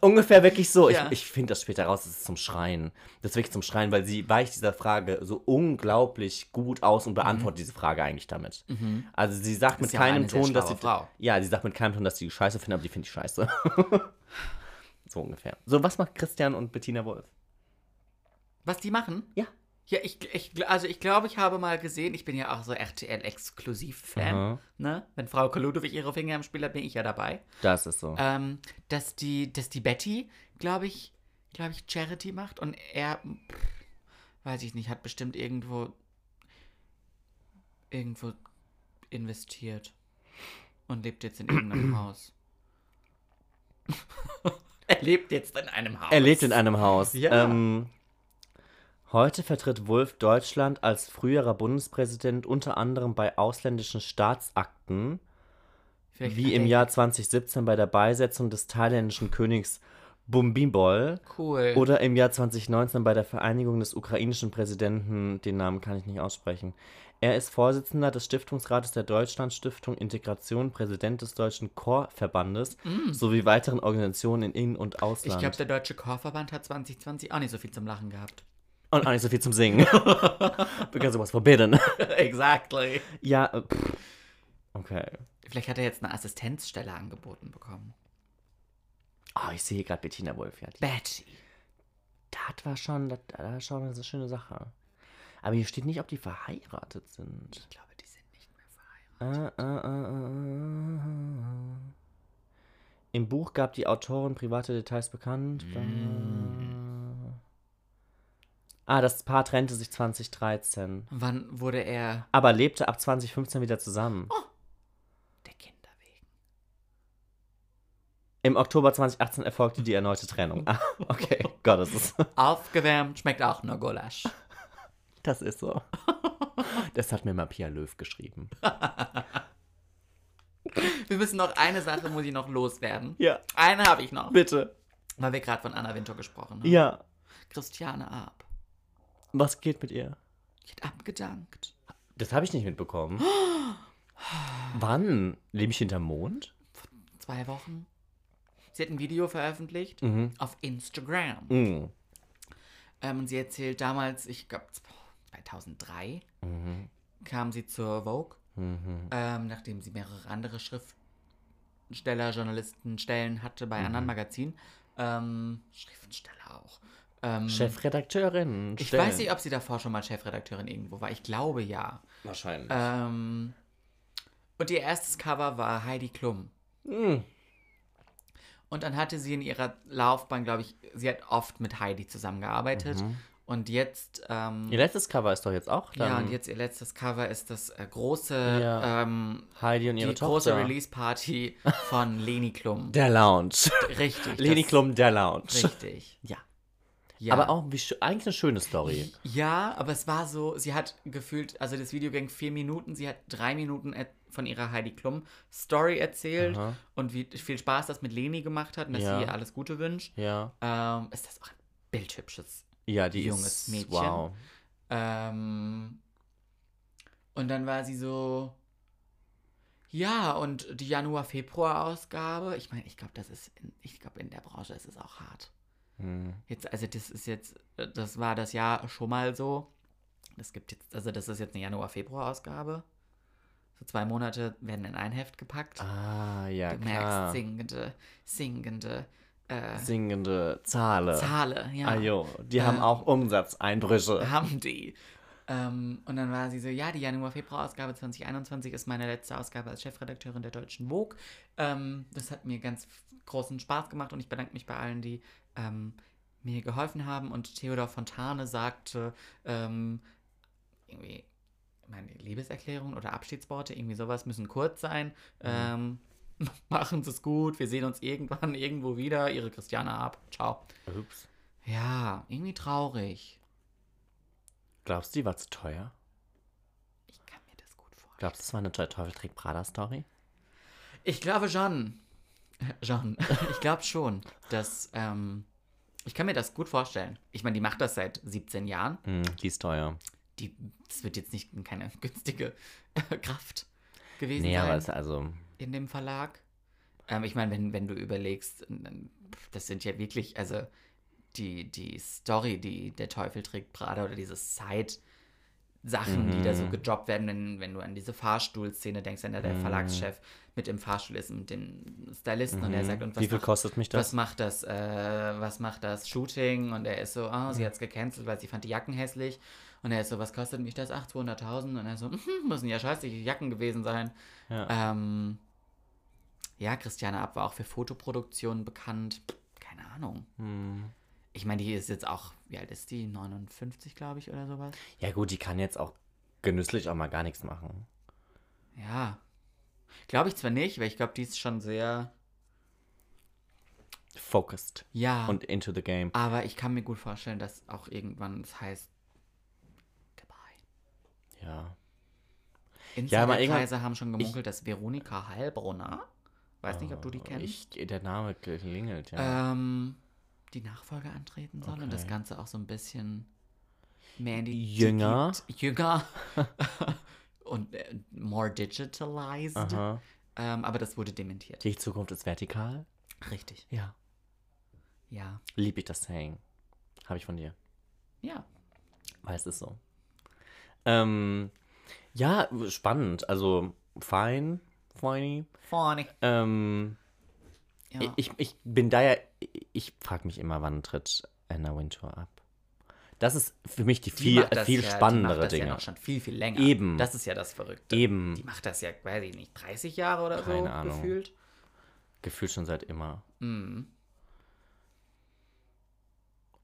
Ungefähr wirklich so. Ja. Ich, ich finde das später raus, es ist zum Schreien. Das ist wirklich zum Schreien, weil sie weicht dieser Frage so unglaublich gut aus und beantwortet diese Frage eigentlich damit. Also sie sagt mit Mhm. ja keinem eine sehr Ton, dass sie. schlaue Frau. Ja, sie sagt mit keinem Ton, dass sie die scheiße findet, aber die finde ich scheiße. so ungefähr. So, was macht Christian und Bettina Wolf? Was die machen? Ja. Ja, ich, ich, also ich glaube, ich habe mal gesehen, ich bin ja auch so RTL-Exklusiv-Fan, Aha. ne? Wenn Frau Koludowich ihre Finger im Spiel hat, bin ich ja dabei. Das ist so. ähm, dass die, dass die Betty, glaube ich, glaube ich, Charity macht und er, pff, weiß ich nicht, hat bestimmt irgendwo, irgendwo investiert und lebt jetzt in irgendeinem Haus. er lebt jetzt in einem Haus. er lebt in einem Haus. Ja. Ähm, heute vertritt Wolf Deutschland als früherer Bundespräsident unter anderem bei ausländischen Staatsakten. Vielleicht wie im hat er- Jahr 2017 bei der Beisetzung des thailändischen Königs Bumbimbol Cool. oder im Jahr 2019 bei der Vereinigung des ukrainischen Präsidenten, den Namen kann ich nicht aussprechen. Er ist Vorsitzender des Stiftungsrates der Deutschlandstiftung Integration, Präsident des Deutschen Chorverbandes sowie weiteren Organisationen in Innen- und Mm. Ausland. ich glaube, der Deutsche Chorverband hat 2020 auch nicht so viel zum Lachen gehabt. und auch nicht so viel zum Singen. Because it was forbidden. exactly. ja, äh, pff. okay. Vielleicht hat er jetzt eine Assistenzstelle angeboten bekommen. Ah, ich sehe gerade Bettina Wolf. Ja, die Betty. Das war schon, das, das war schon eine schöne Sache. Aber hier steht nicht, ob die verheiratet sind. Ich glaube, die sind nicht mehr verheiratet. Äh, äh, äh, äh, äh. Im Buch gab die Autorin private Details bekannt. Mm. Ah, das Paar trennte sich 2013. Wann wurde er Aber lebte ab 2015 wieder zusammen. der Kinder wegen? Im Oktober 2018 erfolgte die erneute Trennung. Ah, okay. Gott, das ist, Aufgewärmt schmeckt auch nur Gulasch. das ist so. Das hat mir mal Pia Löw geschrieben. Wir müssen noch eine Sache, muss ich noch loswerden. Ja, Eine habe ich noch, bitte. weil wir gerade von Anna Winter gesprochen haben. Ja. Christiane Arp. Was geht mit ihr? Die hat abgedankt. Das habe ich nicht mitbekommen. Wann? Lebe ich hinterm Mond? Zwei Wochen. Sie hat ein Video veröffentlicht Mhm. auf Instagram. Mhm. Ähm, und sie erzählt damals, ich glaube 2003, Mhm. kam sie zur Vogue, Mhm. ähm, nachdem sie mehrere andere Schriftsteller, Journalisten, Stellen hatte Mhm. bei anderen Magazinen. Ähm, Schriftsteller auch. Ähm, Chefredakteurin. Ich Stellen. weiß nicht, ob sie davor schon mal Chefredakteurin irgendwo war. Ich glaube ja. Wahrscheinlich. Ähm, und ihr erstes Cover war Heidi Klum. Mhm. Mhm. Und dann hatte sie in ihrer Laufbahn, glaube ich, sie hat oft mit Heidi zusammengearbeitet. Und jetzt, ähm, Ihr letztes Cover ist doch jetzt auch dann ja, und jetzt ihr letztes Cover ist das äh, große, Ja. ähm, Heidi und die ihre große Tochter. Release-Party von Leni Klum. Der Lounge. Richtig. Leni das- Klum, der Lounge. Richtig. Ja. Ja. Aber auch wie, schö- eigentlich eine schöne Story. Ja, aber es war so, sie hat gefühlt, also das Video ging vier Minuten, sie hat drei Minuten er- von ihrer Heidi Klum Story erzählt Aha. und wie viel Spaß das mit Leni gemacht hat und dass Ja. sie ihr alles Gute wünscht. Ja. Ähm, ist das auch ein bildhübsches. Ja, die Junges ist, Mädchen. Wow. Ähm, und dann war sie so, ja, und die Januar-Februar-Ausgabe, ich meine, ich glaube, das ist, in, ich glaube, in der Branche ist es auch hart. Hm. Jetzt, also das ist jetzt, äh, das war das Jahr schon mal so. Das gibt jetzt, also das ist jetzt eine Januar-Februar-Ausgabe. So zwei Monate werden in ein Heft gepackt. Ah, ja, du klar. merkst singende, singende äh, Singende Zahle. Zahle, ja. Ah. Ah, jo. Die haben Ähm, auch Umsatzeinbrüche. Haben die. Ähm, und dann war sie so, ja, die Januar-Februar-Ausgabe 2021 ist meine letzte Ausgabe als Chefredakteurin der Deutschen Vogue. Ähm, das hat mir ganz f- großen Spaß gemacht und ich bedanke mich bei allen, die ähm, mir geholfen haben. Und Theodor Fontane sagte, ähm, irgendwie, meine Liebeserklärung oder Abschiedsworte, irgendwie sowas müssen kurz sein. Ähm, machen Sie es gut, wir sehen uns irgendwann irgendwo wieder. Ihre Christiane ab. Ciao. Ups. Ja, irgendwie traurig. Glaubst du, die war zu teuer? Ich kann mir das gut vorstellen. Glaubst du, das war eine Joy Teufel trägt Prada Story? Ich glaube schon. Äh, Schon. Ich glaube schon, dass. Ähm, ich kann mir das gut vorstellen. Ich meine, die macht das seit 17 Jahren. Hm, die ist teuer. Die, das wird jetzt nicht keine günstige äh, Kraft gewesen Nee, aber sein es also. in dem Verlag. Ähm, ich meine, wenn, wenn du überlegst, ähm, das sind ja wirklich, also die, die Story, die der Teufel trägt, Prada oder diese Side-Sachen, die da so Mhm. gedroppt werden, wenn, wenn du an diese Fahrstuhlszene denkst, wenn da der Verlagschef mit im Fahrstuhl ist und dem Stylisten und der Mhm. sagt, und was Wie viel macht- kostet mich was das? macht das, äh, was macht das Shooting? Und er ist so, oh, sie hat es gecancelt, weil sie fand die Jacken hässlich. Und er ist so, was kostet mich das? Ach, 200.000. Und er so, mhm, müssen ja scheißliche Jacken gewesen sein. Ja. Ähm, ja, Christiane Ab war auch für Fotoproduktionen bekannt. Keine Ahnung. Hm. Ich meine, die ist jetzt auch, wie alt ist die? 59, glaube ich, oder sowas. ja, gut, die kann jetzt auch genüsslich auch mal gar nichts machen. Ja. Glaube ich zwar nicht, weil ich glaube, die ist schon sehr. Focused. Ja. Und into the game. aber ich kann mir gut vorstellen, dass auch irgendwann es heißt. Goodbye. Ja. Ja, aber irgendwann- Insiderkreise haben schon gemunkelt, dass Veronika Heilbrunner, weiß nicht, ob du die Oh, kennst, Ich, der Name klingelt, ja. ähm, die Nachfolge antreten soll und das Okay. Ganze auch so ein bisschen mehr in die Jünger? Digi- jünger und äh, more digitalized. Aha. Ähm, aber das wurde dementiert. Die Zukunft ist vertikal? Richtig. Ja. Ja. Lieb ich das Saying. Habe ich von dir. Ja. Weil es ist so. Ähm, ja, spannend. Also, fein, feiny. Vorne. Ähm, Ja. ich, ich bin da ja, ich frage mich immer, wann tritt Anna Wintour ab? Das ist für mich die, Die viel, macht das viel ja- die spannendere macht das Dinge. Ja noch schon viel, viel länger. Eben. Das ist ja das Verrückte. Eben. Die macht das ja, weiß ich nicht, 30 Jahre oder so Keine Ahnung. gefühlt. Gefühlt schon seit immer. Mhm.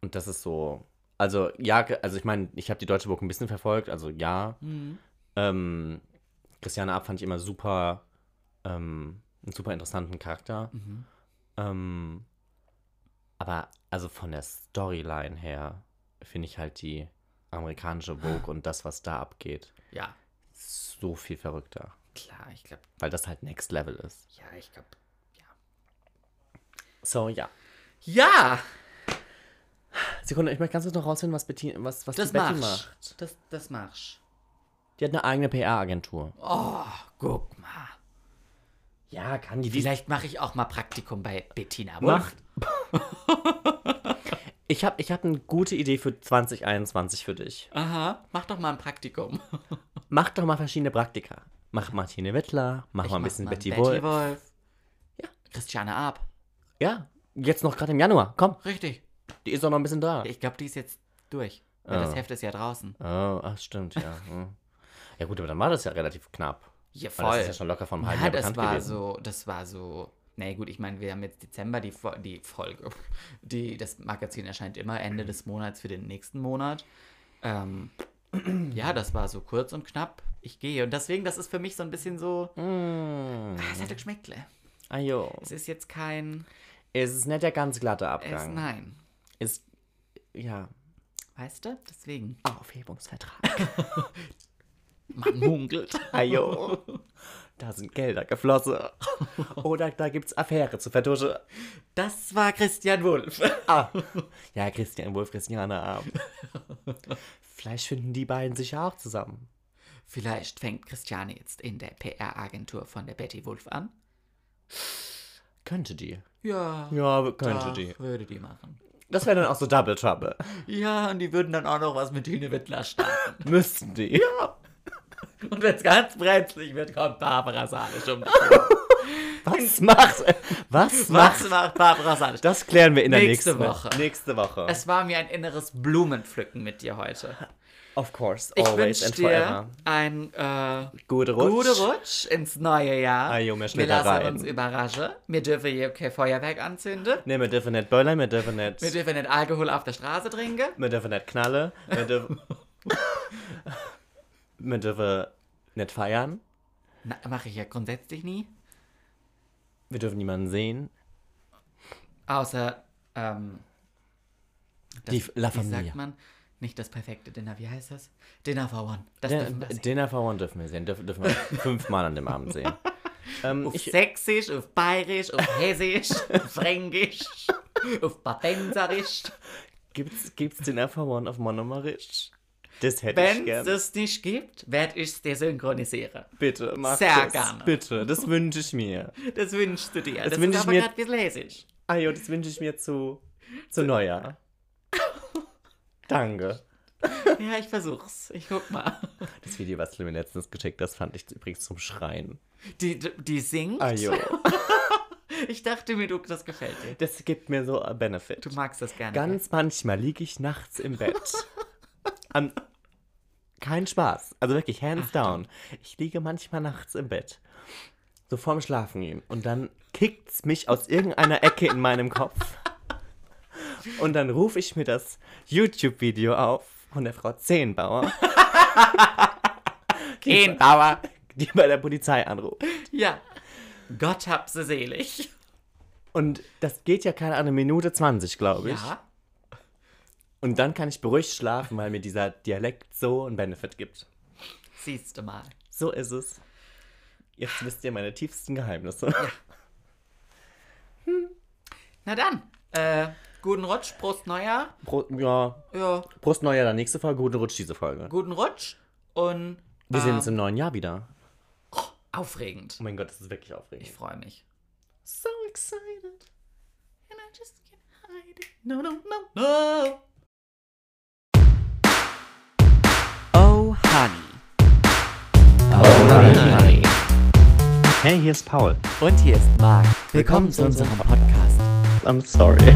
Und das ist so. Also, ja, ge- also ich meine, ich habe die Deutsche Burg ein bisschen verfolgt, also ja. Mhm. Ähm, Christiane Ab fand ich immer super, ähm, einen super interessanten Charakter. Mhm. Ähm, aber also von der Storyline her finde ich halt die amerikanische Vogue und das, was da abgeht, Ja, so viel verrückter. klar, ich glaube, Weil das halt Next Level ist. ja, ich glaube, ja. So, ja. Ja! Sekunde, ich möchte ganz kurz noch rausfinden, was, Bettina, was, was Das die Betty machst. macht. Das, das machst. Die hat eine eigene PR-Agentur. Oh, guck mal. Ja, kann die. die Vielleicht mache ich auch mal Praktikum bei Bettina Wolf. Macht. ich habe ich hab eine gute Idee für 2021 für dich. Aha, mach doch mal ein Praktikum. Mach doch mal verschiedene Praktika. Mach Martine Wittler, mach mal ein bisschen Betty Wolf. Ja, Christiane Ab. Ja, jetzt noch gerade im Januar. Komm, Richtig. die ist doch noch ein bisschen da. Ich glaube, die ist jetzt durch. Weil Ah. das Heft ist ja draußen. Oh, ach, stimmt, ja. hm. ja, gut, aber dann war das ja relativ knapp. Ja, Weil Das ist voll. ja schon locker vor einem halben Ja, Jahr das bekannt war gewesen. so, das war so. Nee, gut, ich meine, wir haben jetzt Dezember die, Fo- die Folge. Die, das Magazin erscheint immer Ende des Monats für den nächsten Monat. Ähm, ja, das war so kurz und knapp. Ich gehe. Und deswegen, das ist für mich so ein bisschen so. Mm. Ah, es hat Geschmäckle. Ajo. Es ist jetzt kein. Es ist nicht der ganz glatte Es, Abgang. nein. Ist, ja, Weißt du? Deswegen. Aufhebungsvertrag. Man munkelt. Ajo. Da sind Gelder geflossen. Oder da gibt's Affäre zu vertuschen. Das war Christian Wulff. Ah. Ja, Christian Wolf, Christiane Arm. Vielleicht finden die beiden sich ja auch zusammen. Vielleicht fängt Christiane jetzt in der PR-Agentur von der Betty Wulff an. Könnte die. Ja. Ja, könnte Doch, die. Würde die machen. Das wäre dann auch so Double Trouble. Ja, und die würden dann auch noch was mit Tine Wittler starten. Müssten die. Ja. Und wenn es ganz brenzlig wird, kommt Barbara Salisch um. die Ecke. Was macht. Was macht. Was macht Barbara Salisch? Das klären wir in der Nächste nächsten Woche. Nächste Woche. Es war mir ein inneres Blumenpflücken mit dir heute. of course. Ich always wünsche and dir forever. ein äh, Gute Rutsch. gute Rutsch ins neue Jahr. Ah, jo, wir wir schneller lassen rein. uns überraschen. Wir dürfen hier kein Feuerwerk anzünden. Nee, wir dürfen nicht böllern, wir dürfen Wir nicht. dürfen nicht Alkohol auf der Straße trinken. Wir dürfen nicht knallen. Wir dürfen. wir dürfen nicht feiern. Na, Mache ich ja grundsätzlich nie. Wir dürfen niemanden sehen. Außer, ähm, das, Die La wie Familia. sagt man? Nicht das perfekte Dinner, wie heißt das? Dinner for One. Das Din- dürfen wir sehen. Dinner for One dürfen wir sehen. Dürfen, dürfen wir fünfmal an dem Abend sehen. ähm, Auf ich, Sächsisch, auf Bayerisch, auf Hessisch, auf Fränkisch, auf Badenserisch. gibt's, gibt's Dinner for One auf Monomarisch? Das hätte ich Wenn es gern. das nicht gibt, werde ich es desynchronisieren. Bitte, mach Sehr das. gerne. Bitte, das wünsche ich mir. Das wünschst du dir. Das, wünsch ich ist aber mir- gerade ein bisschen hessisch. Ah jo, das wünsche ich mir zu, zu Neujahr. Danke. Ja, ich versuch's. Ich guck mal. Das Video, was du mir letztens geschickt hast, fand ich übrigens zum Schreien. Die, die singt. Ah jo, Ich dachte mir, du, das gefällt dir. das gibt mir so ein Benefit. Du magst das gerne. Ganz manchmal liege ich nachts im Bett. Am, kein Spaß. Also wirklich, hands down. Ich liege manchmal nachts im Bett. So vorm Schlafen gehen. Und dann kickt's mich aus irgendeiner Ecke in meinem Kopf. Und dann rufe ich mir das YouTube-Video auf von der Frau Zehnbauer, Kehnbauer. die bei der Polizei anruft. Ja. Gott hab sie selig. Und das geht ja keine Ahnung, Minute 20, glaube ich. Ja. Und dann kann ich beruhigt schlafen, weil mir dieser Dialekt so einen Benefit gibt. Siehst du mal. So ist es. Jetzt wisst ihr meine tiefsten Geheimnisse. Na dann. Äh, guten Rutsch, Prost Neujahr. Pro, ja, Ja, Prost Neujahr, dann nächste Folge, guten Rutsch diese Folge. guten Rutsch und ähm, Wir sehen uns im neuen Jahr wieder. aufregend. Oh mein Gott, das ist wirklich Ich aufregend. freue mich. So excited. And I just can't hide it. No, no, no, no. Oh, honey. Hey, here's Paul. Und hier ist Marc. Willkommen zu unserem Podcast. I'm sorry.